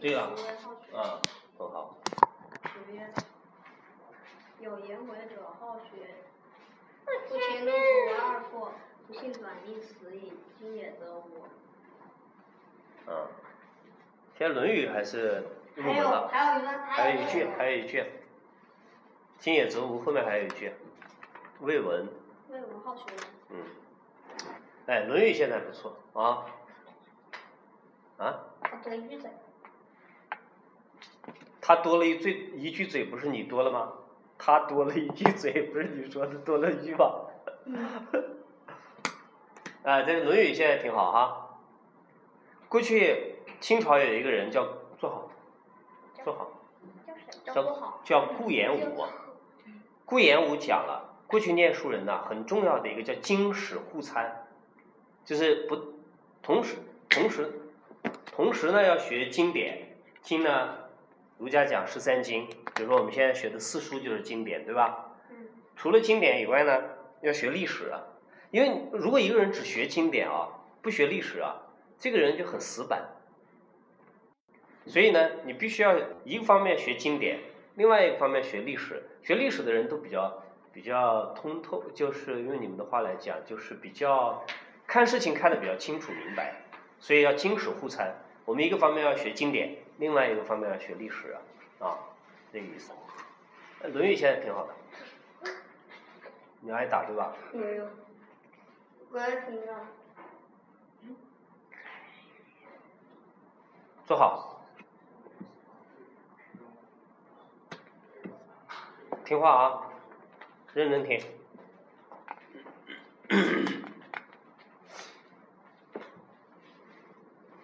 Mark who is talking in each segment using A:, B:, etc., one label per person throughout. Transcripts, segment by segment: A: 对呀
B: 啊，很好。
A: 曰：有颜回者好学，不迁怒不为二过，不信转逆死矣。今也则无。
B: 嗯，现在《论语》还是入
A: 还
B: 门
A: 有
B: 了，
A: 还有一个，有
B: 还有一句，还
A: 有
B: 有一句，今也则无，后面还有一句，未闻，
A: 为文好学。
B: 嗯，哎，《论语》现在不错啊，啊，
A: 啊，对，玉子。
B: 他多了一最一句嘴，不是你多了吗？他多了一句嘴，不是你说的多了一句吗？ 啊，这个《论语》现在挺好哈。过去清朝有一个人叫坐好，坐好，
A: 叫谁？
B: 叫
A: 不好。
B: 叫顾炎武。顾炎武讲了，过去念书人呐，很重要的一个叫经史互参，就是不同时同时同时呢要学经典，经呢儒家讲十三经，比如说我们现在学的四书就是经典，对吧？
A: 嗯
B: 除了经典以外呢，要学历史啊。因为如果一个人只学经典啊，不学历史啊，这个人就很死板。所以呢，你必须要一个方面学经典，另外一个方面学历史。学历史的人都比较比较通透，就是用你们的话来讲，就是比较看事情看得比较清楚明白。所以要经史互参，我们一个方面要学经典，另外一个方面要学历史啊，啊，这个意思。呃《论语》现在挺好的。你挨打对吧？
A: 没有。嗯我要听到。
B: 坐好，听话啊，认真听。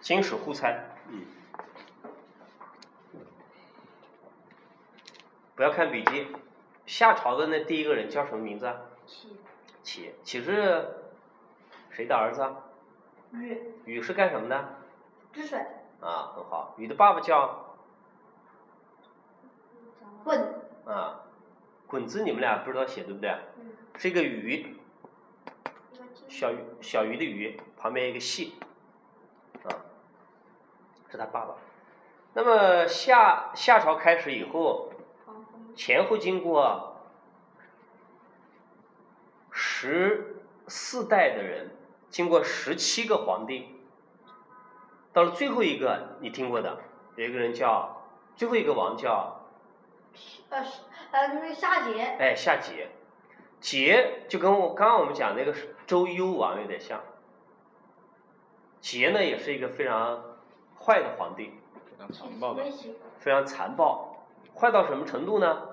B: 经史互参，嗯，不要看笔记。夏朝的那第一个人叫什么名字啊？
A: 起
B: 启，启是谁的儿子啊？
A: 雨
B: 禹是干什么的？
A: 治水。
B: 啊，很好。禹的爸爸叫
A: 问。
B: 啊，滚字你们俩不知道写对不对？
A: 嗯。
B: 是一个禹，小禹小禹的禹，旁边一个系，啊，是他爸爸。那么夏夏朝开始以后，
A: 长风
B: 前后经过十四代的人，经过十七个皇帝，到了最后一个你听过的，有一个人叫最后一个王叫
A: 呃是呃那个夏桀。
B: 哎，夏桀，桀就跟我刚刚我们讲那个是周幽王有点像。桀呢，也是一个非常坏的皇帝，
C: 长报吧
A: 是，西
B: 非常残暴，坏到什么程度呢？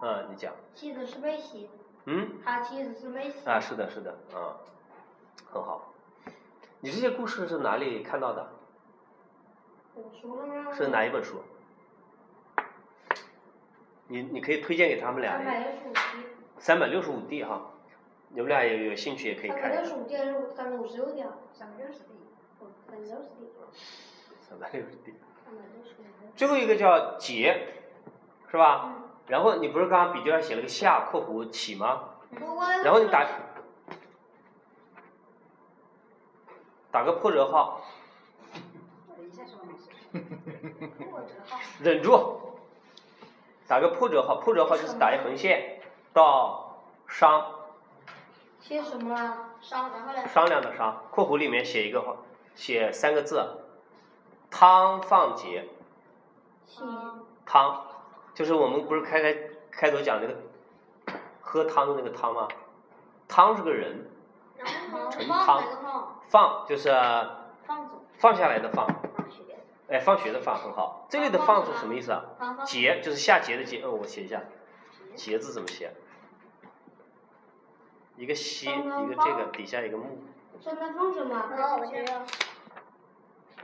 B: 啊，你讲，
A: 妻子是妹喜，
B: 嗯，
A: 他妻子是妹喜。
B: 啊，是的，是的，啊，很好。你这些故事是哪里看到的？
A: 我熟了吗？
B: 是哪一本书？你你可以推荐给他们俩
A: 三，百六十五天，
B: 三百六十五 D 哈，你们俩有有兴趣也可以
A: 三百
B: 看
A: 六
B: 一
A: 十
B: 下。
A: 五天是三百五十六天，三百六十天，三百六十天，
B: 三百六十 D。
A: 三百六十五天。
B: 最后一个叫桀，是吧？
A: 嗯，
B: 然后你不是刚刚笔记上写了个下括弧起吗？
A: 我我
B: 然后你打打个破折号，忍住，打个破折号，破折号就是打一横线到商
A: 写什么了？商，然后嘞？
B: 商量的商，括弧里面写一个号，写三个字，汤放桀，
A: 喜
D: 嗯
B: 汤，就是我们不是开开开头讲那个喝汤的那个汤吗？汤是个人，
A: 然后
B: 陈
A: 放
B: 汤
A: 哪个放？
B: 放就是
A: 放走，
B: 放下来的放，
A: 放学。
B: 哎，放学的放很好。这里的放是什么意思啊？
A: 放放。
B: 节就是下节的节，呃、我写一下，节字怎么写？一个西，
A: 刚刚
B: 一个
A: 放
B: 这个底下一个木，
A: 正在放什么？
D: 哦，我知道。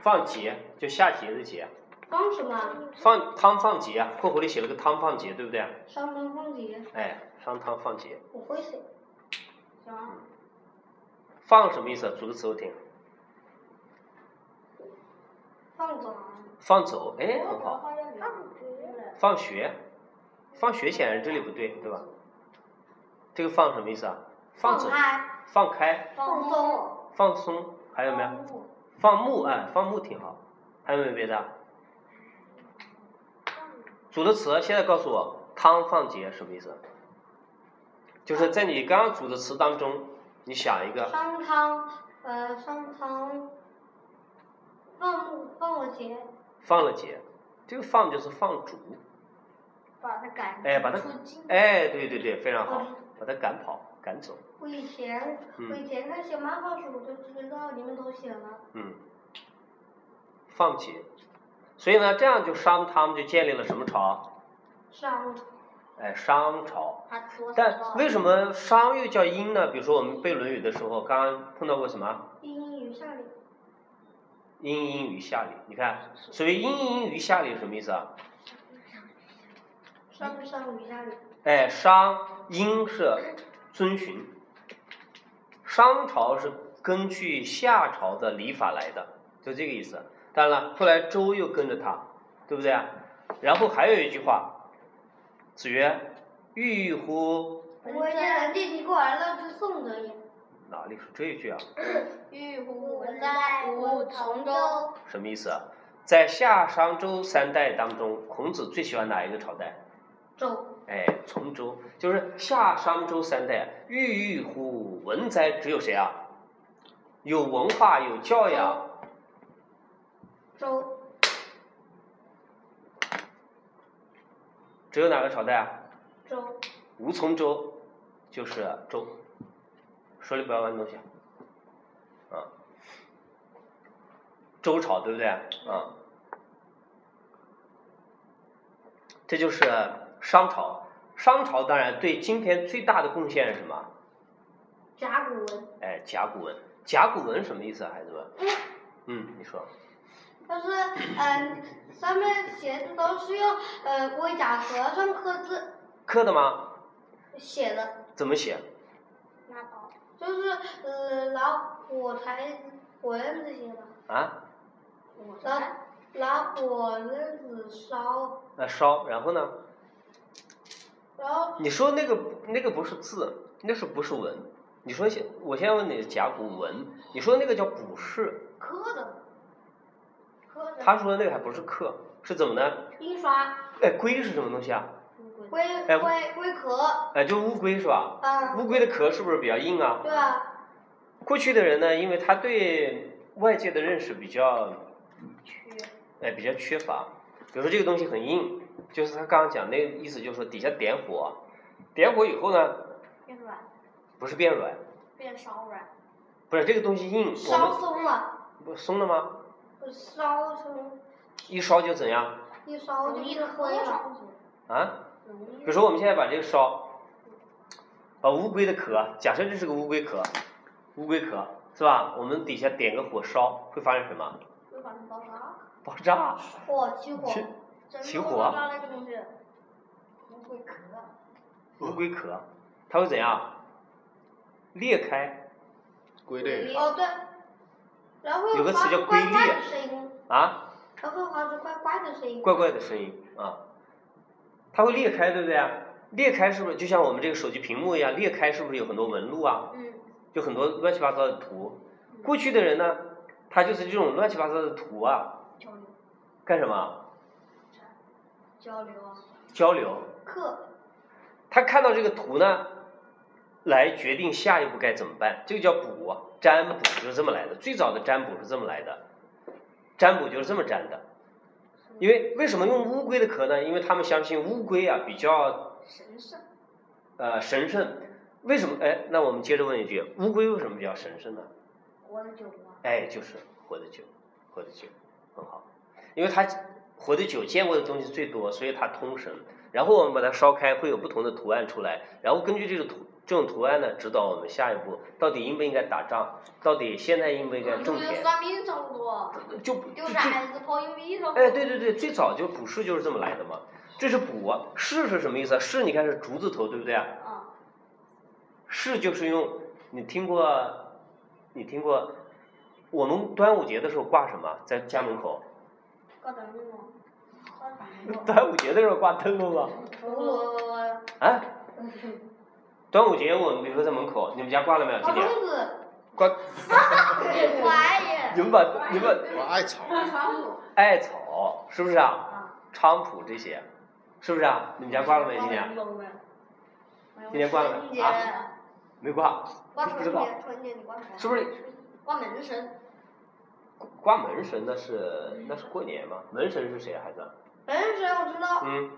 B: 放节就下节的节，
A: 放什么？
B: 放汤放节啊，括弧里写了个汤放节，对不对？啊
A: 商汤放节，
B: 哎，商汤放节，
A: 我会写。行啊。
B: 放什么意思啊？组个词我听，
A: 放走。
B: 放走，哎，很好。
D: 嗯
B: 放学，放学显然这里不对，对吧？这个放什么意思啊？放走，
A: 开，
B: 放开，
A: 放松。
B: 放松，还有没有？
A: 有？
B: 放牧，哎，放牧挺好。还有没有别的？组的词，现在告诉我汤放节什么意思？就是在你刚刚组的词当中，你想一个
D: 商汤，呃，商汤，放放我节，
B: 放了节，这个放就是放逐，
D: 把它赶
B: 哎，把它
D: 出京。
B: 哎，对对对，非常好，把它赶跑赶走，
D: 我以前，我以前看写漫画时，我就知道你们都写了。
B: 嗯，放节，所以呢，这样就商汤就建立了什么朝？
D: 商，
B: 哎，商朝。
D: 他多
B: 但为什么商又叫殷呢？比如说我们背《论语》的时候，刚刚碰到过什么
D: 英语下里，
B: 殷殷于下礼？你看，所谓殷殷于下礼什么意思啊？
D: 上上语下里，
B: 哎，商殷是遵循，商朝是根据夏朝的礼法来的，就这个意思。当然了，后来周又跟着他，对不对啊？然后还有一句话，子曰：“欲乎
D: 我一人弟弟过而乐之送者也。
B: 哪里是这一句啊？
D: 欲乎
A: 乎
D: 文
A: 文
D: 哉
A: 哉，
D: 吾
A: 吾
D: 从
A: 从
D: 周
A: 周。
B: 什么意思啊？在夏商周三代当中，孔子最喜欢哪一个朝代？
D: 周，
B: 哎，从周，就是夏商周三代，啊郁郁乎文哉，只有谁啊？有文化、有教养，
D: 周，
B: 只有哪个朝代啊？
D: 周，
B: 吴从周，就是周。手里不要玩东西，啊，周朝对不对？啊，这就是商朝。商朝当然对今天最大的贡献是什么？啊
D: 甲骨文。
B: 哎，甲骨文，甲骨文什么意思啊，孩子们？嗯，你说，
D: 但是，嗯、上面写的都是用呃龟甲和尚刻字
B: 刻的吗？
D: 写的，
B: 怎么写？
A: 那好，
D: 就是呃老虎才蚊子写的，
B: 啊？
A: 我
D: 老
A: 来
D: 老虎蚊子烧，
B: 那烧，然后呢？
D: 然后
B: 你说那个那个不是字，那是不是文？你说现，我现在问你甲骨文，你说那个叫卜筮，
D: 刻的，刻的
B: 他说那个还不是刻，是怎么呢？
D: 印刷
B: 哎，龟是什么东西啊？
D: 龟
B: 哎
D: 龟龟壳，
B: 哎，就乌龟是吧？
D: 嗯，
B: 乌龟的壳是不是比较硬啊？
D: 对啊，
B: 过去的人呢，因为他对外界的认识比较
A: 去，
B: 哎，比较缺乏。比如说这个东西很硬，就是他刚刚讲那个意思，就是说底下点火，点火以后呢，
A: 变软，
B: 不是变软，
A: 变稍软，
B: 不是这个东西硬，我
D: 烧
B: 们
D: 松了，
B: 不松了吗？
D: 烧松
B: 一烧就怎样
D: 一烧就变灰了，
B: 啊？
A: 容易
B: 比如说我们现在把这个烧，把乌龟的壳，假设这是个乌龟壳，乌龟壳是吧？我们底下点个火烧，会发生什么？
A: 会把它包扎。
B: 爆炸，
D: 火起火，
B: 是
A: 真
B: 起
A: 的
B: 火
A: 会包扎那个东西，不会壳，
B: 乌龟壳，它会怎样？裂开
C: 龟裂，
D: 哦对，然后
B: 有个词
D: 发出
B: 叫
D: 怪
B: 龟
D: 怪
B: 裂
D: 的声音。
B: 啊？
D: 然后发出怪怪的声音。
B: 怪怪的声音啊，它会裂开，对不对啊？裂开是不是就像我们这个手机屏幕一样？裂开是不是有很多纹路啊？
A: 嗯，
B: 就很多乱七八糟的图。过去的人呢，他就是这种乱七八糟的图啊，
A: 交流
B: 干什么？啊
A: 交流啊，
B: 交流。
D: 克
B: 他看到这个图呢，来决定下一步该怎么办，这个叫卜啊，占卜就是这么来的。最早的占卜是这么来的，占卜就是这么占的。因为为什么用乌龟的壳呢？因为他们相信乌龟啊比较
A: 神圣，
B: 呃，神圣，为什么？哎，那我们接着问一句，乌龟为什么叫神圣呢？
A: 活得久啊，
B: 哎，就是活得久，活得久，很好，因为它活得久，见过的东西最多，所以它通神。然后我们把它烧开，会有不同的图案出来，然后根据这个图这种图案呢，指导我们下一步到底应不应该打仗，到底现在应不应该种田，
D: 算命差不多，
B: 就就
D: 丢
B: 就
D: 骰子抛硬币了。
B: 哎，对对对，最早就卜筮就是这么来的嘛。这是卜啊，筮是什么意思啊？筮你看是竹字头，对不对啊？
A: 啊，
B: 是就是用你听过，你听过，我们端午节的时候挂什么？在家门口，，
A: 高等路啊，高等路
B: 端午节的时候挂灯笼吗？
D: 我我
B: 啊？端午节我们比如说在门口，你们家挂了没有？
D: 抛
B: 今年
D: 粽子，
B: 挂，
D: 快
B: 你
D: 耶！
B: 们把你们
C: 我爱草，
B: 艾草是不是啊？菖蒲这些，是不是啊？你们家挂了没？今天今天挂了
D: 春
B: 没？
D: 节
B: 啊，没挂，
D: 挂
B: 不
D: 春
B: 知道
D: 节，春节你挂啥？
B: 是不是
D: 挂门神？
B: 挂门神？那是那是过年嘛？门神是谁啊？孩子？
D: 门神我知道，
B: 嗯，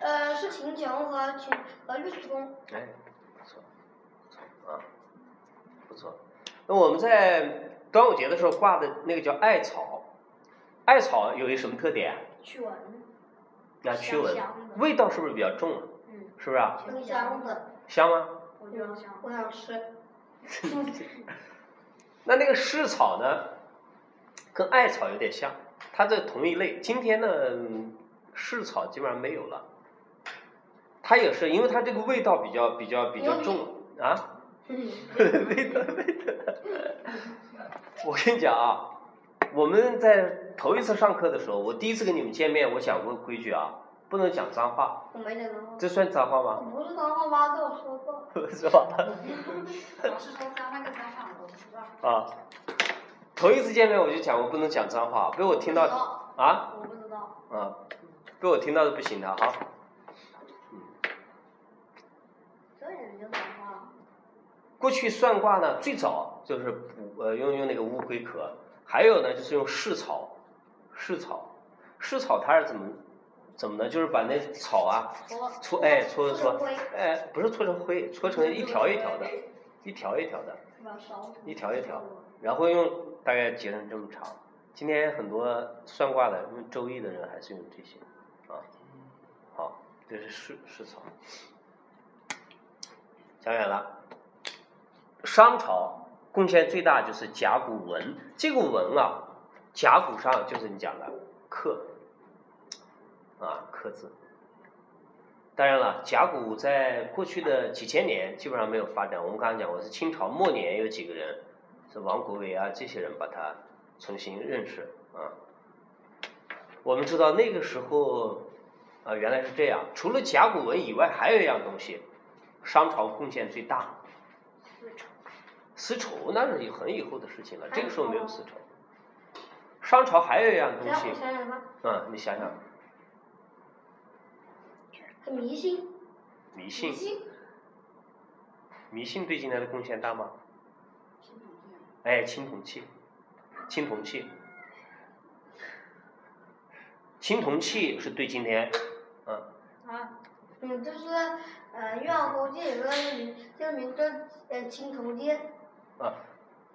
D: 呃，是秦琼和秦和尉迟恭。
B: 哎，不错，不错啊，不错。那我们在端午节的时候挂的那个叫艾草，艾草有一什么特点啊？
A: 去玩，
B: 那驱蚊
A: 香香的，
B: 味道是不是比较重啊？
A: 嗯，
B: 是不是啊？
D: 挺香的，嗯
B: 香吗？
A: 我觉得香。
D: 我想吃。
B: 那那个蓍草呢，跟艾草有点像，它这同一类。今天呢，嗯蓍草基本上没有了。它也是，因为它这个味道比较比较比较重啊， 味道味道。我跟你讲啊，我们在头一次上课的时候，我第一次跟你们见面，我讲过规矩啊，不能讲脏话，
D: 我没得脏话。
B: 这算脏话吗？
D: 我不是脏话吧？跟我说 过。
B: 是吧？
C: 老师说脏话就脏话，我不知道。
B: 啊，头一次见面我就讲我不能讲脏话，被我听到
D: 哦
B: 啊
A: 我不知道，
B: 啊，被我听到的不行的啊哈。
A: 这人就讲话了。
B: 过去算卦呢，最早就是捕呃用用那个乌龟壳，还有呢就是用蓍草，蓍草，蓍草它是怎么怎么呢？就是把那草啊
D: 搓
B: 搓哎搓搓
D: 搓成灰，
B: 哎不是搓成灰，搓成一条一条的，一条一条的。
A: 是吧？烧
B: 一条一条，然后用大概截成这么长。今天很多算卦的用周易的人还是用这些，啊，好，这是市市草。讲远了，商朝贡献最大就是甲骨文，这个文啊，甲骨上就是你讲的刻，啊刻字。当然了，甲骨在过去的几千年基本上没有发展。我们刚刚讲过，是清朝末年有几个人，是王国维啊这些人把它重新认识啊。我们知道那个时候啊、原来是这样。除了甲骨文以外，还有一样东西，商朝贡献最大，丝绸那是很以后的事情了，这个时候没有丝绸。商朝还有一样东
D: 让
B: 西
D: 我，想想看，
B: 嗯，你想想，
D: 很迷信。
B: 迷信，迷信对今天的贡献大吗？哎，青铜器，青铜器，青铜器是对今天，嗯，
A: 啊，
D: 嗯，就是呃，越王勾践有个名，这个名叫呃青铜剑。
B: 啊，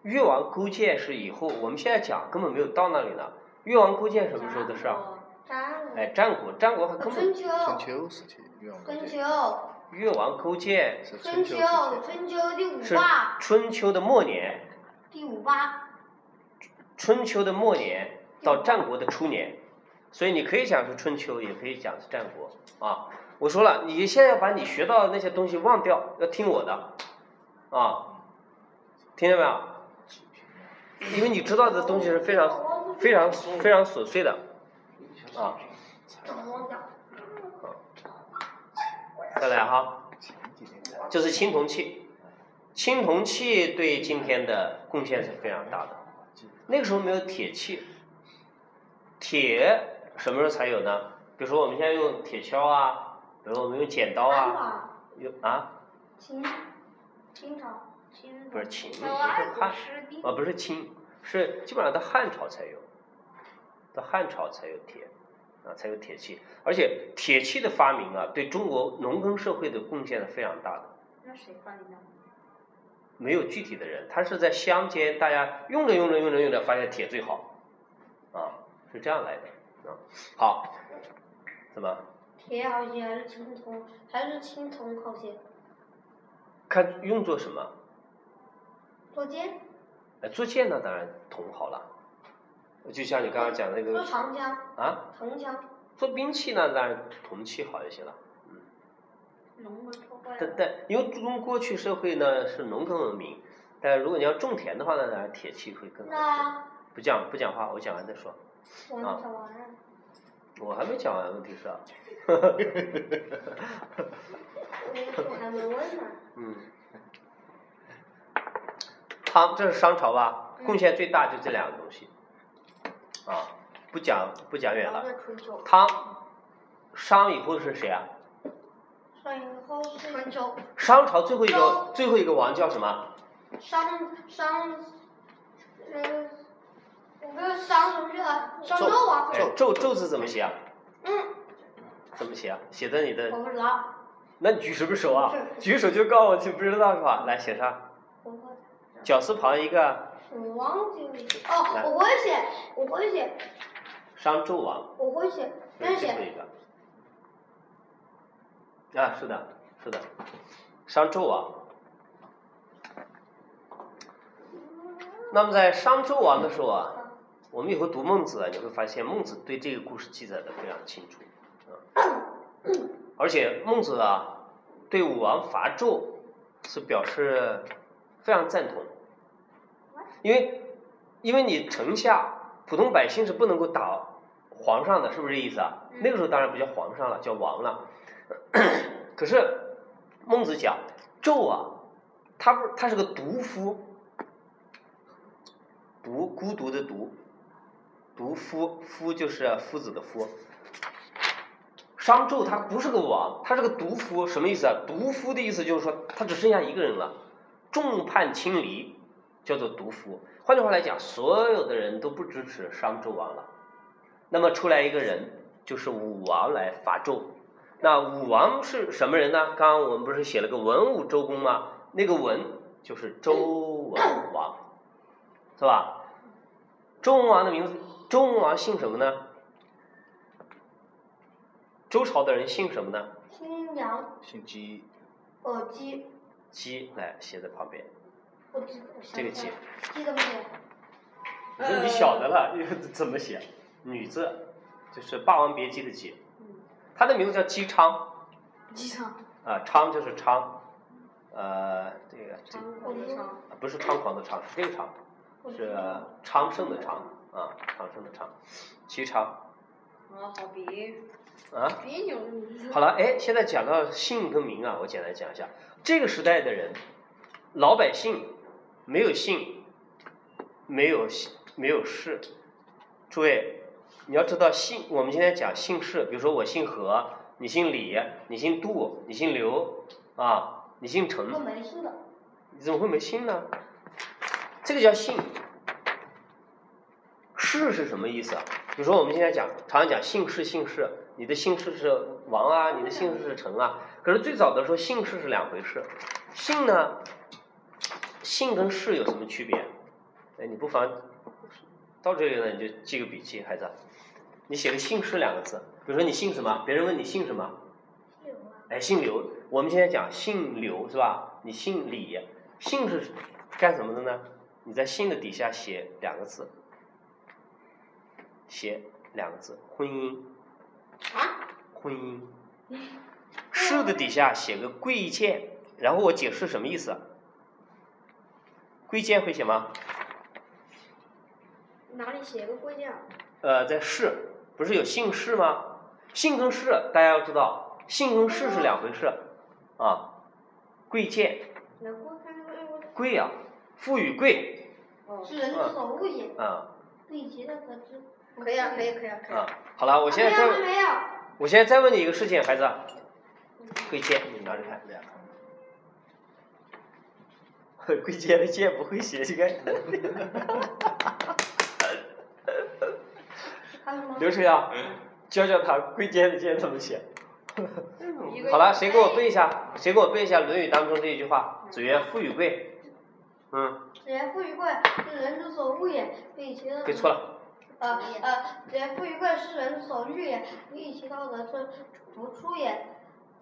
B: 越王勾践是以后，我们现在讲根本没有到那里呢。越王勾践什么时候的事啊？
D: 战国
B: 哎，战国，战国还根
D: 春
B: 本
D: 秋，
E: 春秋时期，越王勾
D: 哦春秋
E: 践，
B: 越王勾践
E: 是
D: 春
E: 春
D: 秋
E: 秋，时期，
D: 春秋第五
B: 是
D: 霸，
B: 春秋的末年，
D: 第五霸，
B: 春秋的末年到战国的初年，所以你可以讲是春秋，也可以讲是战国啊。我说了，你现在要把你学到的那些东西忘掉，要听我的，啊，听见没有？因为你知道的东西是非常、非常、非常琐碎的，啊，
D: 懂的。
B: 再来哈，
E: 前几天才
B: 就是青铜器，青铜器对今天的贡献是非常大的。那个时候没有铁器，铁什么时候才有呢？比如说我们现在用铁锹啊，比如我们用剪刀啊，
D: 汉
B: 用啊
D: 朝秦清朝，
A: 清
B: 不是秦，不是
A: 小爱
B: 汉
A: 国师弟
B: 啊，不是秦，是基本上到汉朝才有，到汉朝才有铁啊，才有铁器，而且铁器的发明啊，对中国农耕社会的贡献是非常大的。
A: 那谁发明的？
B: 没有具体的人，他是在乡间大家用着用着用着用着，发现铁最好，啊，是这样来的啊。好，怎么
D: 铁好些还是青铜，还是青铜好些？
B: 看用作什么？
D: 做剑，
B: 呃，做剑呢，当然铜好了，就像你刚刚讲的那
D: 做
B: 个
D: 长枪，
B: 啊，
D: 长枪，
B: 做兵器呢，当然铜器好一些了。
A: 龙门破坏
B: 但但因为中过去社会呢是农耕文明，但如果你要种田的话呢，当然铁器会更好。
D: 那
B: 不讲不讲话，我讲完再说。
D: 我们讲完了。
B: 我还没讲完，问题是啊，
D: 我我还没问呢。
B: 嗯，商这是商朝吧？贡献最大就这两个东西，啊，不讲不讲远
D: 然后
B: 了。
D: 在春秋，
B: 汤，商以后是谁啊？
D: 商以后是
A: 春秋，
B: 商朝最后一个
D: 周
B: 最后一个王叫什么？
D: 商商，嗯，五个商什么去了？商
B: 纣
D: 纣王。
B: 哎，纣纣字怎么写啊？
D: 嗯，
B: 怎么写啊？写在你的，
D: 我不知道，
B: 那你举什么手啊？举手就告我就不知道是吧？来写上，
D: 我不知道
B: 绞丝旁一个
D: 我忘记了。
B: 来
D: 哦，我会写，我会写，
B: 商纣王。
D: 我会写，
B: 对，
D: 但
B: 最后
D: 写
B: 一个。啊，是的，是的，商纣王。那么在商纣王的时候啊，我们以后读孟子啊，你会发现孟子对这个故事记载的非常清楚，啊，而且孟子啊对武王伐纣是表示非常赞同，因为因为你城下普通百姓是不能够打皇上的，是不是这意思啊？那个时候当然不叫皇上了，叫王了。 可是孟子讲纣啊，他不他是个独夫，独孤独的独，独夫夫就是啊夫子的夫。商纣他不是个王，他是个独夫，什么意思啊？独夫的意思就是说他只剩下一个人了，众叛亲离，叫做独夫。换句话来讲，所有的人都不支持商纣王了。那么出来一个人，就是武王来伐纣。那武王是什么人呢？刚刚我们不是写了个文武周公吗？那个文就是周文王，是吧？周文王的名字，周文王姓什么呢？周朝的人姓什么呢？
D: 新娘
E: 姓姬，
D: 耳机，
B: 姬，来哎写在旁边。
D: 我记得，我想
B: 这个
D: 起
B: 鸡
D: 来了，鸡怎么写？
B: 你说你 晓得了，又怎么写？女字，就是《霸王别姬》的姬，
A: 嗯
B: 他的名字叫姬昌。
A: 记上，
B: 啊，猖就是猖，呃，这个这
A: 长口的长，
B: 不是猖狂的猖，是这个猖，是昌盛的昌啊，昌盛的昌，齐昌
A: 啊，好别
B: 啊。
A: 别扭的名字。
B: 好了，哎，现在讲到姓跟名啊，我简单讲一下。这个时代的人，老百姓没有姓，没有姓没有氏。诸位，你要知道姓，我们今天讲姓氏，比如说我姓何，你姓李，你姓杜，你姓刘啊，你姓陈。
D: 我没事的，
B: 你怎么会没姓呢？这个叫姓。氏是什么意思啊？比如说我们现在讲，常常讲姓氏，姓氏，你的姓氏是王啊，你的姓氏是陈啊。可是最早的时候，姓氏是两回事。姓呢，姓跟氏有什么区别？哎，你不妨到这里呢，你就记个笔记，孩子，你写个姓氏两个字。比如说你姓什么，别人问你姓什么，哎，姓刘，我们现在讲姓刘是吧？你姓李，姓是干什么的呢？你在姓的底下写两个字，写两个字，婚姻。
A: 啊
B: 婚姻。是的底下写个贵贱，然后我解释什么意思啊。贵贱会写吗？
A: 哪里写个啊贵贱？
B: 呃，在氏不是有姓氏吗？姓跟氏大家要知道，姓跟氏是两回事啊。贵贱
A: 来过看看哎我
B: 贵啊，富与贵
A: 哦，
D: 是人之所恶也，
B: 啊
D: 必其乐可知。
A: 可以啊，可以，可以啊，可以。
B: 啊！好了，我现在
D: 没有
B: 再
D: 没有，
B: 我现在再问你一个事情，孩子，贵贱，你拿着看。
E: 两个
B: 贵贱的贱不会写，应该。
D: 还有吗？
B: 流水啊，教教他贵贱的贱怎么写。
A: 一个
B: 好了，谁给我背一下？谁给我背一下《论语》当中这一句话？子曰：“富与贵。”嗯，
D: 子曰：“富与贵，是人之所恶也，必其乐可
B: 背
D: 知
B: 错。了。
D: 呃呃，人富于贵，是人之所欲也；不以其道得之不出也。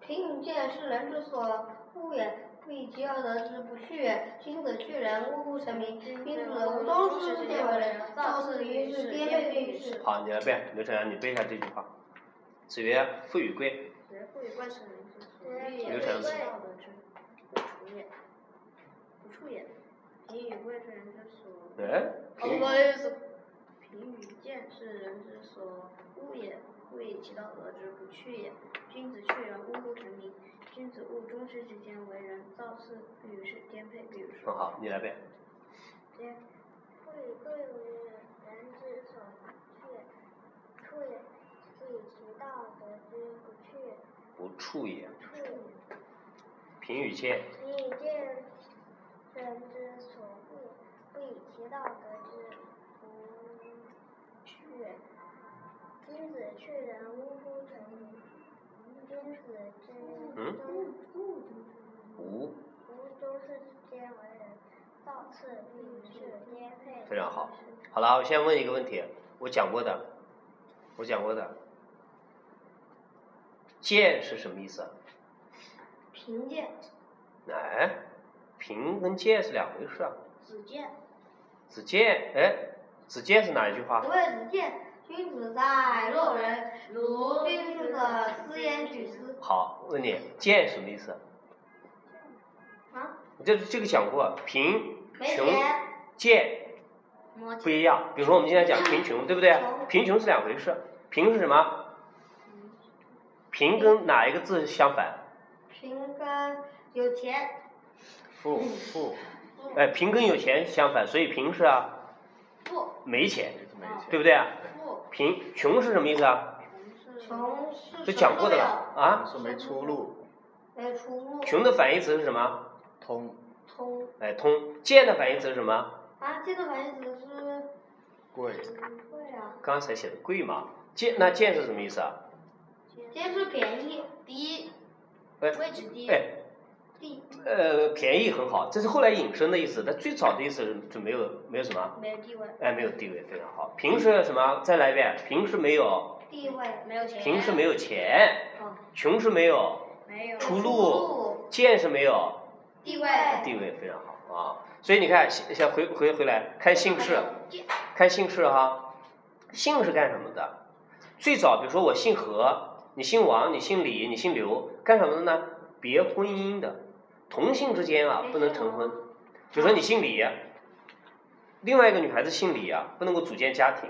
D: 贫与贱，是人之所恶也；不以其道得之不去也。君子去仁，务乎成名。君子无忠，事事见为人。造次于是，颠沛于世。
B: 好，你来背。刘晨阳，你背一下这句话。子曰：“富与贵。
A: 人富与贵是人之所欲
D: 人
A: 也，
B: 有
A: 不
B: 啥
A: 以其
B: 子
A: 道得之，不处也，不处也。贫与贵是人之所”
B: 哎，
A: 哦，不好意思。贫与贱是人之所恶也，不以其道得之，不去也。君子去仁，务乎成名。君子务中事之间为人，造次于是，颠沛于世。
B: 很好，你来背。
F: 不以贵为人之所欲，处也；不以其道得之不去，
B: 不处也。
F: 处也。
B: 平与见，
F: 平以见人之所恶，不以其道得之不去。君子去人，呜呼成名。君子之
B: 嗯
F: 中，
B: 无
F: 无中事之间为人，造次并去，颠沛。
B: 非常好。好了，我先问一个问题，我讲过的，我讲过的，见是什么意思啊？
D: 贫贱，
B: 哎，贫跟贱是两回事啊。
A: 子见。
B: 子见，哎，子见是哪一句话
D: 不？谓子见，君子在陋人，如宾士者，斯焉取斯。
B: 好，问你见什么意思？
D: 啊，
B: 我这这个讲过，贫
D: 没
B: 穷
D: 钱，
B: 贱
D: 磨
B: 不一样。比如说我们现在讲贫穷，对不对
D: 穷？
B: 贫穷是两回事，贫是什么？
D: 嗯
B: 贫跟哪一个字相反？
D: 贫跟有钱，
B: 富
D: 嗯
B: 富。哎，贫跟有钱相反，所以贫是啊
D: 富
B: 没钱，
E: 也是没钱
B: 对不对啊？
D: 富，
B: 贫穷是什么意思啊？
D: 穷是
B: 这讲过的了
D: 什么
B: 啊。
E: 是没出路，
D: 都有，没出路，
B: 穷的反义词是什么？
E: 通
D: 通
B: 哎，通。贱的反义词是什么？
D: 啊，这个反义词是
E: 贵，
D: 贵啊，
B: 刚才写的贵嘛。贱那贱是什么意思啊？
D: 先是便宜，低，
B: 哎
D: 位置低，
B: 哎，
D: 低，
B: 呃，便宜很好，这是后来引申的意思。它最早的意思是就没有没有什么，
A: 没有地位，
B: 哎，没有地位，非常好。贫是什么？再来一遍，贫是没有，
D: 地位，
A: 没有钱，
B: 贫是没有钱，
D: 嗯，
B: 穷是没有，
A: 没有
B: 出路，贱是没有，
D: 地位，
B: 地位非常好啊。所以你看，先先回回回来看姓氏，看姓氏哈，姓是干什么的？最早，比如说我姓何，你姓王，你姓李，你姓刘，干什么的呢？别婚姻的，同姓之间啊不能成婚。比如说你姓李，另外一个女孩子姓李啊，不能够组建家庭。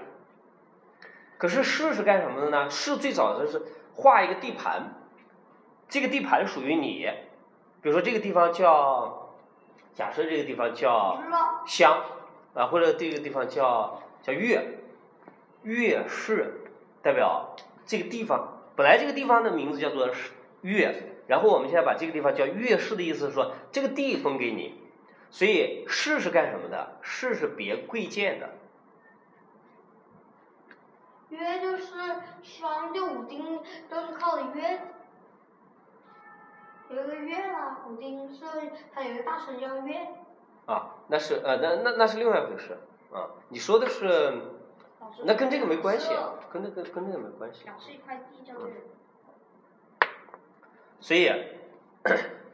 B: 可是氏是干什么的呢？氏最早的是画一个地盘，这个地盘属于你，比如说这个地方叫，假设这个地方叫
D: 知道，
B: 乡啊，或者这个地方叫叫越，越是代表这个地方，本来这个地方的名字叫做是越，然后我们现在把这个地方叫越市的意思是说这个地分给你，所以市是干什么的？市是别贵贱的，
D: 约就是双就五丁都是靠的约，有一个约啦，五丁是还有一个大神叫约，
B: 啊，那是呃，那那那是另外一回事啊。你说的是，那跟这个没关系，啊跟那个跟那个没关系。
A: 表示一块地叫做人。
B: 所以，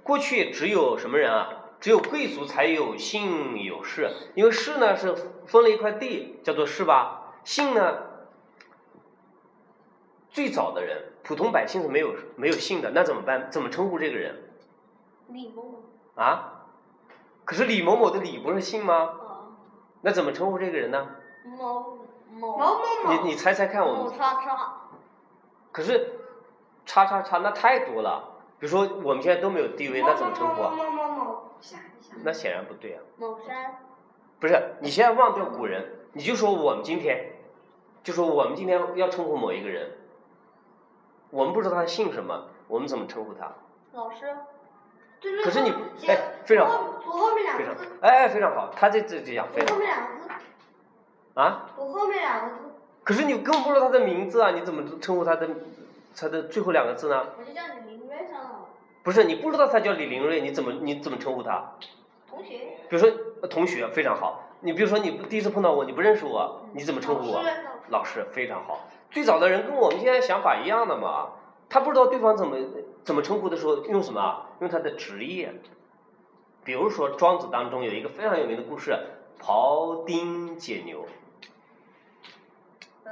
B: 过去只有什么人啊？只有贵族才有姓有氏，因为氏呢是分了一块地，叫做氏吧。姓呢，最早的人，普通百姓是没有没有姓的，那怎么办？怎么称呼这个人
A: 李某某，
B: 啊？可是李某某的李不是姓吗？
A: 哦，
B: 那怎么称呼这个人呢？
A: 某
D: 某
A: 某
D: 某某
B: 你你猜猜看，我
D: 某
B: 们
D: 叉叉，
B: 可是叉叉叉那太多了。比如说我们现在都没有地位，那怎么称呼啊？
D: 某某某某
C: 想一想，
B: 那显然不对啊。
A: 某山，
B: 不是，你现在忘掉古人，你就说我们今天，就说我们今天要称呼某一个人，我们不知道他姓什么，我们怎么称呼他？
D: 老师，就是
B: 可是你
D: 说
B: 不
D: 写
B: 哎非常
D: 左后左后面两
B: 非
D: 个
B: 常
D: 字，，
B: 哎哎，非常好，他这这这讲非
D: 左
B: 常
D: 后面两个字，
B: 啊！
D: 左后面两个字，
B: 可是你根本不知道他的名字啊，你怎么称呼他的他的最后两个字呢？
A: 我就叫你明月上了。
B: 不是，你不知道他叫李林瑞，你怎么你怎么称呼他？
A: 同学，
B: 比如说呃同学，非常好。你比如说你不第一次碰到我，你不认识我，你怎么称呼我？
D: 老师
B: 老师非常好。最早的人跟我们现在想法一样的嘛，他不知道对方怎么怎么称呼的时候，用什么？啊用他的职业。比如说《庄子》当中有一个非常有名的故事，庖丁解牛。
A: 呃，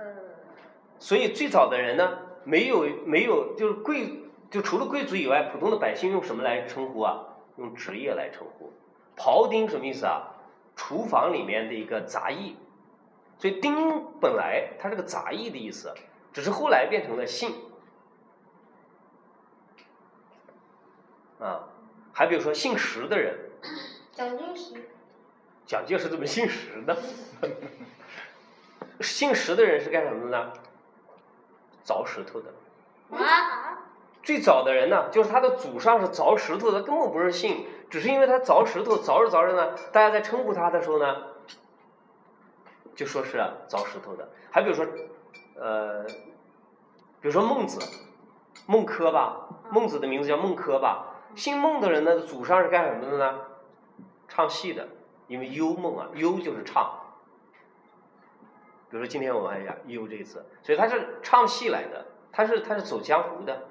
B: 所以最早的人呢，没有没有就是贵，就除了贵族以外，普通的百姓用什么来称呼啊？用职业来称呼。庖丁什么意思啊？厨房里面的一个杂役，所以丁本来它是个杂役的意思，只是后来变成了姓。啊，还比如说姓石的人，
D: 蒋介石，
B: 蒋介石怎么姓石呢？ 姓石的人是干什么的呢？凿石头的。
A: 啊，
B: 最早的人呢，就是他的祖上是凿石头的，根本不是姓，只是因为他凿石头凿着凿着呢，大家在称呼他的时候呢，就说是啊凿石头的。还比如说，呃，比如说孟子，孟轲吧，孟子的名字叫孟轲吧。姓孟的人呢，祖上是干什么的呢？唱戏的，因为幽梦啊，幽就是唱。比如说今天我们还讲幽这个词，所以他是唱戏来的，他是他是走江湖的。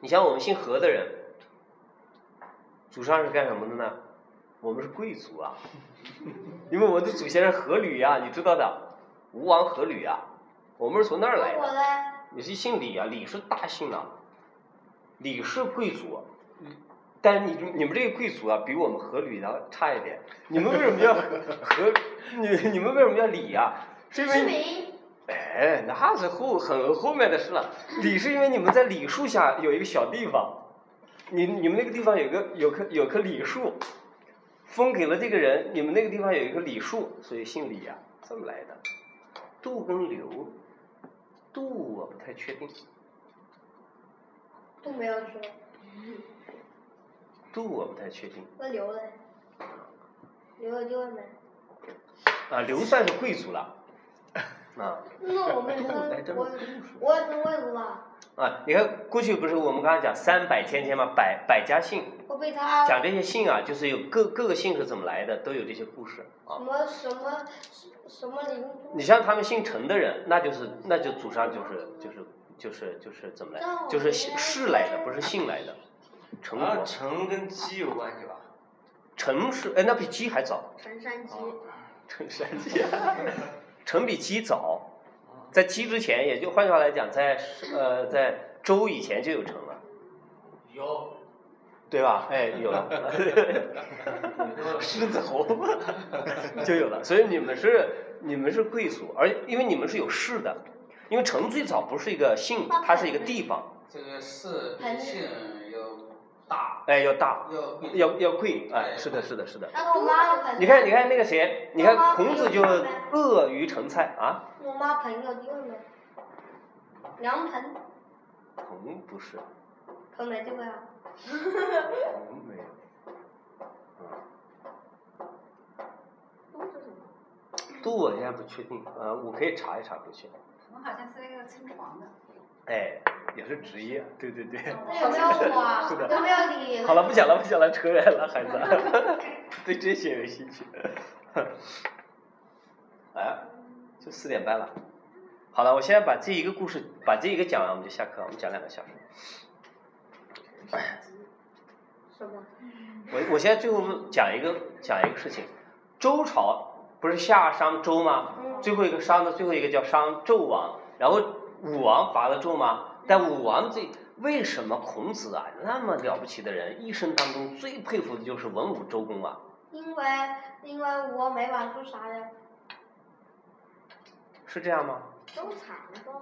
B: 你像我们姓何的人，祖上是干什么的呢？我们是贵族啊，因为我的祖先是阖闾啊，你知道的，吴王阖闾啊，我们是从那儿来
D: 那我
B: 的。
D: 嘞，
B: 你是姓李啊，李是大姓啊，李是贵族，啊但是你你们这个贵族啊，比我们阖闾的差一点。你们为什 么要阖阖？你你们为什么要李啊？是因为
D: 志
B: 你
D: 明，
B: 哎，那是后很后面的事了。李是因为你们在李树下有一个小地方，你你们那个地方有个有棵有棵李树，封给了这个人，你们那个地方有一棵李树，所以姓李啊，这么来的。杜跟刘，杜我不太确定，
D: 都没有说，
B: 杜我不太确定
D: 那刘嘞，刘有机会没？
B: 啊。刘算是贵族了，啊
D: 那我们也
B: 哎
D: 是
B: 真
D: 我
B: 的
D: 我也是贵族了，
B: 啊，你看过去不是我们刚才讲三百千千嘛，百百家姓，
D: 我被他
B: 讲这些姓啊，就是有各各个姓是怎么来的，都有这些故事啊
D: 什。么什么什么灵珠
B: 你像他们姓陈的人，那就是那就祖上就是就是就是就是怎么来，就是姓氏来的，不是姓来的。陈
G: 然后
B: 国，
G: 陈跟鸡有关系吧？
B: 陈是哎，那比鸡还早，
A: 陈山鸡，
B: 陈山鸡，陈比鸡早，在鸡之前，也就换句话来讲，在呃在周以前就有陈了，
G: 有。
B: 对吧？哎，有了， 狮子 侯就有了，所以你们是你们是贵族，而因为你们是有氏的，因为陈最早不是一个姓，它是一个地方。
G: 这个是比姓要大，
B: 哎，要大，
G: 要贵
B: 要要贵，哎，是的，是的，是的。
D: 那我妈有朋友，
B: 你看，你看那个谁，你看
D: 妈妈
B: 孔子就
D: 可以上
B: 鳄鱼成菜啊，
D: 我妈盆有机会没？凉盆
B: 孔不是，
D: 盆没机会啊？
B: 孔没有，
A: 都是什么？
B: 杜我现在不确定，呃，我可以查一查回去。
C: 我们好像是那个称床的，
B: 哎，也是职业，对对对。
D: 那有没有我啊？
B: 是的
D: 有没有你？
B: 好了，不讲了，不讲了，扯远了，孩子， 对这些有兴趣。哎，就四点半了。好了，我现在把这一个故事，把这一个讲完，我们就下课，我们讲两个小时。
D: 什么？
B: 我我现在最后讲一个讲一个事情，周朝不是夏商周吗？最后一个商的最后一个叫商纣王，然后武王伐了纣吗？但武王这为什么孔子啊那么了不起的人，一生当中最佩服的就是文武周公啊？
D: 因为因为我没玩出啥呀，
B: 是这样吗？
A: 都惨了吧？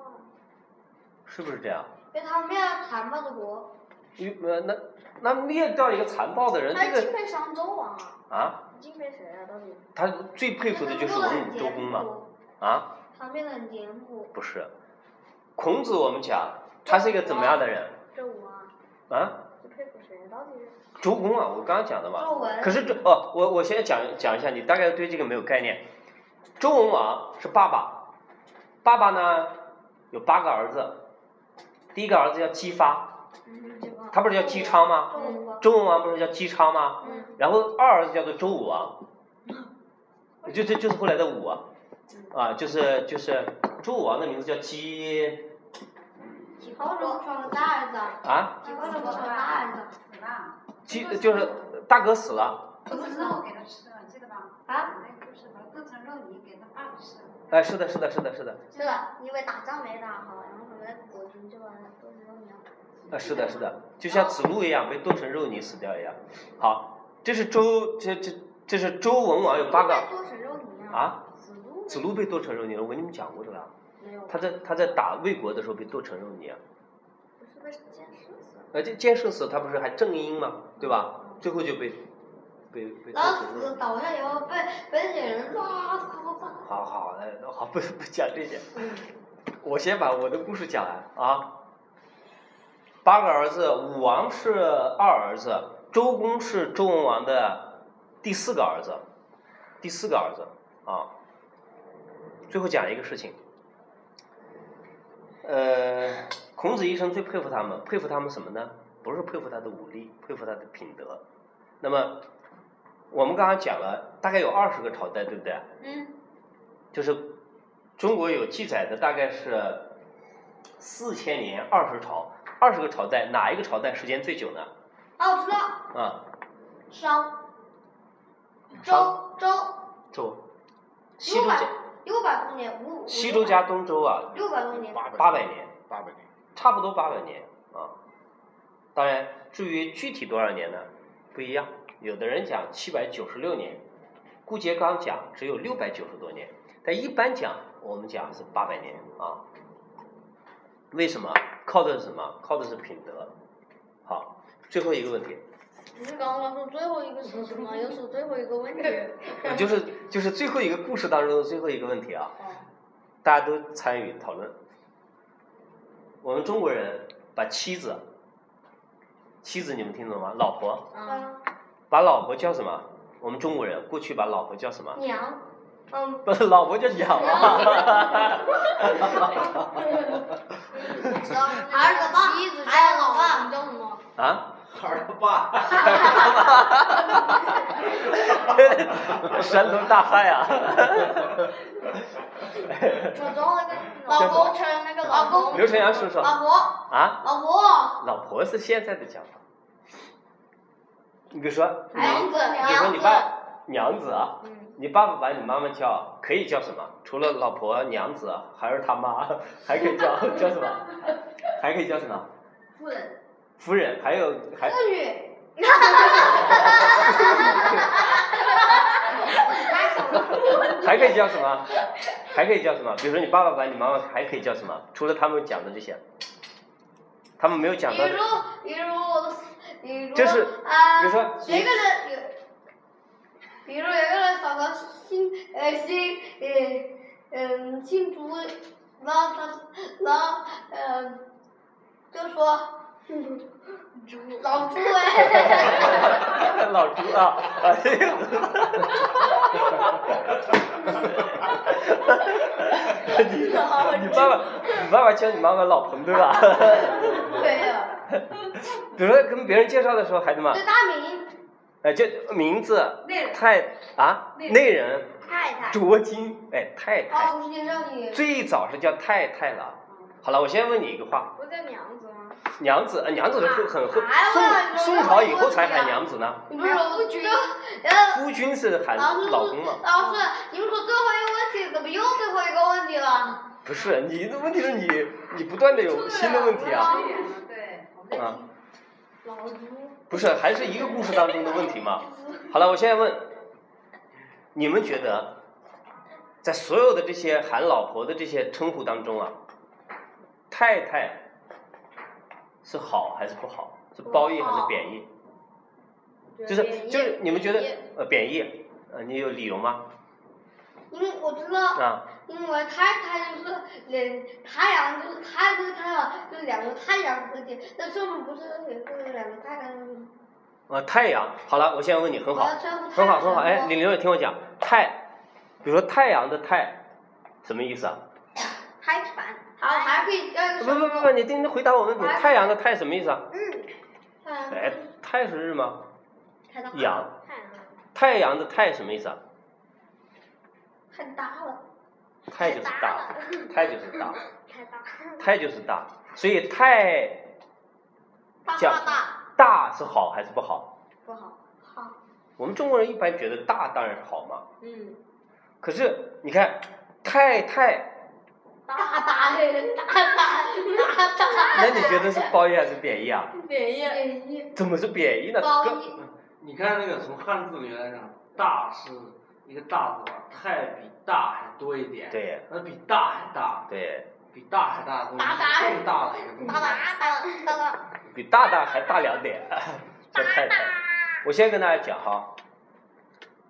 B: 是不是这样？
D: 因为他们要惨败的国，
B: 因呃那那灭掉一个残暴 的人，这
A: 那敬
B: 个
A: 佩商纣王啊，
B: 啊，
A: 敬佩谁啊？到底？
B: 他最佩服的就是文武周公嘛？啊，
D: 他们变得很节目，
B: 不是，孔子我们讲他是一个怎么样的人
A: 这我啊，
B: 啊？
A: 你佩服谁啊？到底是？
B: 周公啊，我刚刚讲的嘛。
D: 作文
B: 可是周哦，我我现在讲讲一下，你大概对这个没有概念。周文王是爸爸，爸爸呢有八个儿子，第一个儿子叫姬发，
D: 嗯
B: 他不是叫姬昌吗？
D: 中国
B: 周文王不是叫姬昌吗？
D: 嗯
B: 然后二儿子叫做周武王，就就就是后来的武啊，啊，就是就是周武王的名字叫姬
D: 几号人闯了大儿子啊，
B: 啊，
D: 几号人闯了大儿子
C: 死了，
B: 姬就是大哥死了。
C: 炖成肉给他吃了，你记得吧？
D: 啊？
C: 那个就是把它炖成肉泥给他爸爸吃了。
B: 哎，是的，是的，是的，是的，
A: 是的，因为打仗没打好，然后准备果汁就把它炖成鸟。
B: 啊，是的，是的，就像子路一样被炖成肉泥死掉一样。好，这是周，这这这是周文王有八个
A: 剁成肉泥啊！
B: 啊，
A: 子路
B: 子路被剁成肉泥了，我跟你们讲过这个啊，
A: 没有，
B: 他在他在打魏国的时候被剁成肉泥啊，
A: 不是被箭射死了。
B: 呃，这箭射死他不是还正音嘛，对吧？最后就被被被剁
D: 然后
B: 成肉
D: 死
B: 泥。
D: 倒下以后被被那些人抓抓抓，
B: 好 好，来，好，不不讲这些，我先把我的故事讲完啊。八个儿子，武王是二儿子，周公是周文王的第四个儿子，第四个儿子啊。最后讲一个事情，呃，孔子一生最佩服他们，佩服他们什么呢？不是佩服他的武力，佩服他的品德。那么我们刚刚讲了，大概有二十个朝代，对不对？
D: 嗯，
B: 就是中国有记载的大概是四千年二十朝，二十个朝代，哪一个朝代时间最久呢？
D: 哦，我知道，
B: 啊，
D: 商，
B: 商
D: 周周
B: 周，西
D: 六
B: 周
D: 百
B: 加
D: 六百多年，五五
B: 西周加东周啊，
D: 六百多年，
E: 八百
B: 八百年，
E: 八百年，
B: 差不多八百年啊。当然，至于具体多少年呢，不一样。有的人讲七百九十六年，顾颉刚讲只有六百九十多年，但一般讲我们讲是八百年啊。为什么？靠的是什么？靠的是品德。好，最后一个问题，
A: 不是刚刚说最后一个是什 么？又是最后一个问题。
B: 呃就是就是最后一个故事当中的最后一个问题啊，大家都参与讨论。我们中国人把妻子，妻子你们听懂吗？老婆，
D: 嗯
A: 啊，
B: 把老婆叫什么？我们中国人过去把老婆叫什么？
D: 娘，嗯，
B: 不，老婆叫娘啊。
D: 还是老爸，
A: 妻子
D: 还有老
A: 爸，
D: 爸
A: 你，叫什么？
B: 啊？
G: 儿子爸，
B: 山东大汉呀、
D: 我中了个
B: 叫
D: 老
B: 什么
D: 公成了那个老公，
B: 刘晨阳叔叔
D: 老婆，
B: 啊，
D: 老婆，
B: 老婆是现在的讲法。你比如说，
D: 娘子，
B: 比如说
D: 娘
B: 你
D: 子，
B: 爸娘子啊，
A: 嗯，
B: 你爸爸把你妈妈叫可以叫什么？除了老婆、娘子，还是他妈， 还可以叫叫什么？还可以叫什么？
C: 夫人，
B: 夫人，还有还
D: 妇女，
C: 太小了，
B: 还可以叫什么？还可以叫什么？比如说你爸爸把你妈妈还可以叫什么？除了他们讲的这些，他们没有讲
D: 比
B: 到的，
D: 如，比如，比如，
B: 就是
D: 啊，
B: 比如说
D: 有一个人有，比如有一个人找个新呃新呃嗯新主，然后他然后嗯就说嗯老呃朱哎，
B: 老朱啊啊，这个你你爸爸你爸爸叫你妈妈老彭对吧？
D: 没有，
B: 比如说跟别人介绍的时候，孩子们
D: 对，大明
B: 呃，就名字
C: 内人
B: 太啊
C: 内人
B: 内人
D: 太太，
B: 卓金哎太太，
D: 哦，我先让你，
B: 最早是叫太太了。好了，我先问你一个话，
A: 不叫娘子吗？
B: 娘子，呃，娘子是很很后
D: 哎
B: 宋
D: 我
B: 宋朝以后才喊娘子呢。
D: 你不是说
A: 夫君
D: 就呃
B: 夫君是喊
D: 老师
B: 老公吗？
D: 老师，你们说最后一个问题，怎么又最后一个问题了？
B: 不是，你的问题是你你不断的有新的问题啊
C: 老远了，对，我们在
B: 啊
C: 听，
D: 老朱，
B: 不是，还是一个故事当中的问题嘛。好了，我现在问，你们觉得，在所有的这些喊老婆的这些称呼当中啊，太太是好还是不好？是褒义还是贬义？就是就是你们觉得呃贬义，呃你有理由吗？
D: 因为我呃知道。
B: 啊，
D: 因为太太就是两太阳，就是太就是太阳，就是两个太阳之间。那上面不是也是两个太阳吗？
B: 呃太阳。好了，我现在问你，很
D: 我
B: 好
D: 要，称呼
B: 很
D: 太
B: 好
D: 阳
B: 很好。哎，
D: 为
B: 李玲，你听我讲，太，比如说太阳的太，什么意思啊？
D: 太阳，好，还可以叫一个
B: 不
D: 什
B: 不
D: 么
B: 不不，你听回答我问题，
D: 我还
B: 太阳的太什么意思啊？
D: 太阳
B: 哎，太是日吗？
D: 太大了，
B: 阳，太阳的太什么意思啊？
D: 太大了，
B: 太就是大，太就是大，
F: 太大，
B: 太就是大，所以太
D: 大
B: 讲
D: 大大，
B: 大是好还是不好？
A: 不好。
D: 好，
B: 我们中国人一般觉得大当然是好嘛，
A: 嗯，
B: 可是你看太太，
D: 大大的，大大大大，
B: 那你觉得是褒义还是贬义啊？
A: 别呀，
B: 怎么是贬义呢？
D: 褒
B: 更
D: 义
G: 你看那个从汉字里来讲，大是一个大字吧，太比大还多一点，，
B: 对
G: 那比大还大，
B: 对，
G: 比大还大的东西，
D: 大大
G: 更大的一个东西
D: 大， 大大大大，
B: 比大大还大两点， 叫太太。我先跟大家讲哈，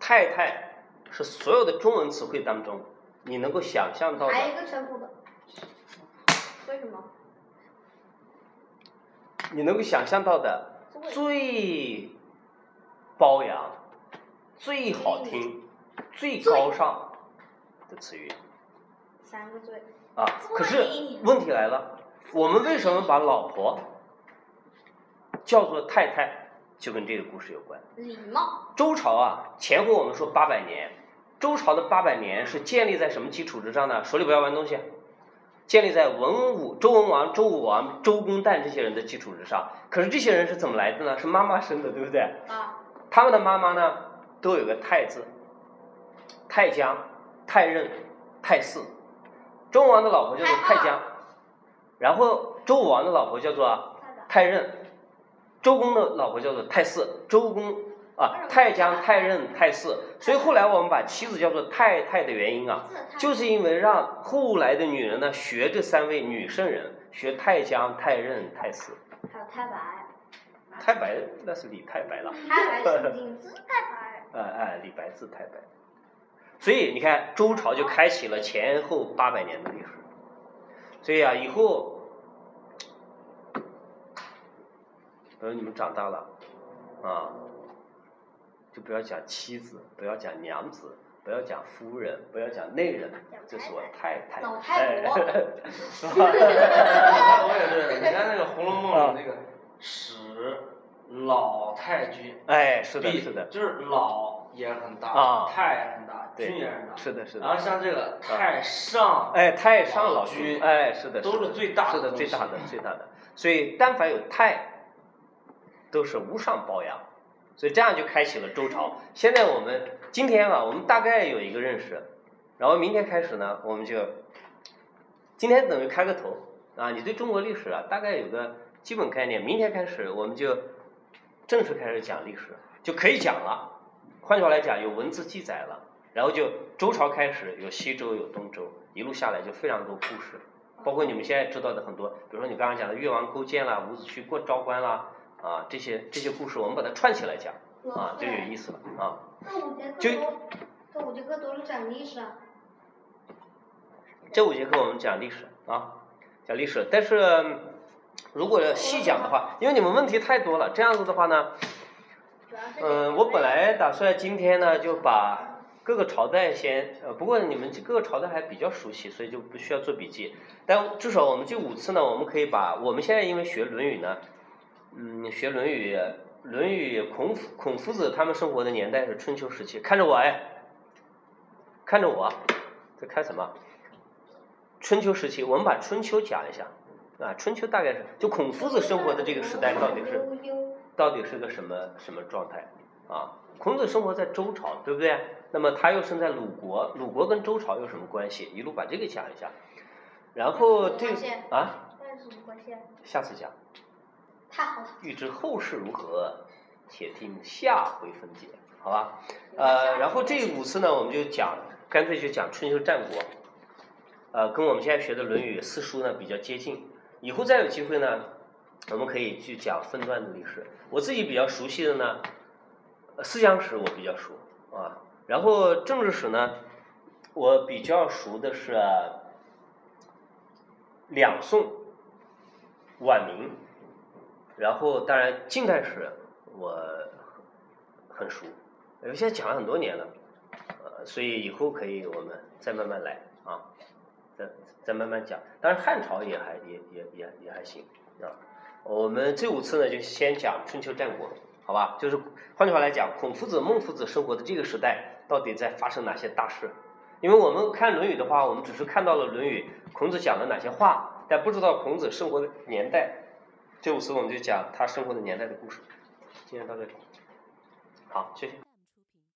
B: 太太是所有的中文词汇当中你能够想象到的
D: 还有一个称呼的，
A: 为什么？
B: 你能够想象到的最褒扬、最好听、最高尚的词语
A: 三个最
B: 啊。可是问题来了，我们为什么把老婆叫做太太？就跟这个故事有关。
A: 礼貌，
B: 周朝啊，前后我们说八百年，周朝的八百年是建立在什么基础之上呢？手里不要玩东西。啊建立在文武周文王、周武王、周公旦这些人的基础之上。可是这些人是怎么来的呢？是妈妈生的，对不对？
C: 啊，
B: 他们的妈妈呢，都有个太字，太姜、太任、太姒。周文王的老婆叫做太姜，然后周武王的老婆叫做太任，周公的老婆叫做太姒，周公啊太姜、太任、太姒。所以后来我们把妻子叫做太太的原因啊，就是因为让后来的女人呢学这三位女圣人，学太姜、太任、太姒。
A: 还有太白，
B: 太白那是李太白了。
A: 太白是领子太白，
B: 哎哎，李白字太白。所以你看，周朝就开启了前后八百年的历史。所以啊，以后，等呃你们长大了，啊，就不要讲妻子，不要讲娘子，不要讲夫人，不要讲内人，这是我太太。
C: 老太婆
B: 哎
G: 我也是，你看那个《红楼梦》里那个史老太君，
B: 哎，是的，
G: 比
B: 是的，
G: 就是老也很大，
B: 啊
G: 太也很大，
B: 对
G: 君也很大，
B: 是的，是
G: 啊然后
B: 的。
G: 像这个太上，
B: 哎，太上老
G: 君
B: 君，，哎，是的，
G: 啊都
B: 的
G: 是最大
B: 是
G: 的
B: 的，最大的
G: 东，西
B: 最大的。所以，但凡有太，都是无上褒扬。所以这样就开启了周朝。现在我们今天啊，我们大概有一个认识，然后明天开始呢，我们就今天等于开个头啊，你对中国历史啊大概有个基本概念。明天开始我们就正式开始讲历史，就可以讲了。换句话来讲，有文字记载了，然后就周朝开始有西周有东周，一路下来就非常多故事。包括你们现在知道的很多，比如说你刚刚讲的越王勾践啦、伍子胥过昭关啦，啊，这些这些故事，我们把它串起来讲，啊，就有意思了啊。
D: 端午节
B: 就
D: 课多，端午节课多是讲历史啊。
B: 这五节课我们讲历史啊，讲历史，但是嗯如果细讲的话，因为你们问题太多了，这样子的话呢，
A: 主要是
B: 嗯、我本来打算今天呢就把各个朝代先，呃，不过你们各个朝代还比较熟悉，所以就不需要做笔记。但至少我们这五次呢，我们可以把我们现在因为学《论语》呢，嗯，学《论语》，《论语》孔夫孔夫子他们生活的年代是春秋时期。看着我哎，看着我，在看什么？春秋时期，我们把春秋讲一下啊。春秋大概是就孔夫子生活的这个时代到底是到底是个什么什么状态啊？孔子生活在周朝，对不对？那么他又生在鲁国，鲁国跟周朝有什么关系？一路把这个讲一下。然后这
A: 发现
B: 啊，
A: 那是什么关系？
B: 下次讲。
D: 太好了，
B: 欲知后事如何，且听下回分解，好吧？呃，然后这五次呢，我们就讲，干脆就讲春秋战国，呃，跟我们现在学的《论语》四书呢比较接近。以后再有机会呢，我们可以去讲分段的历史。我自己比较熟悉的呢，呃思想史我比较熟啊，然后政治史呢，我比较熟的是、啊两宋、晚明。然后当然近代史我很熟，因为呃现在讲了很多年了，呃，所以以后可以我们再慢慢来啊，再再慢慢讲。当然汉朝也还也也也也还行啊。我们这五次呢就先讲春秋战国，好吧？就是换句话来讲，孔夫子、孟夫子生活的这个时代到底在发生哪些大事？因为我们看《论语》的话，我们只是看到了《论语》孔子讲了哪些话，但不知道孔子生活的年代。这五次我们就讲他生活的年代的故事。今天到这里，好，谢谢。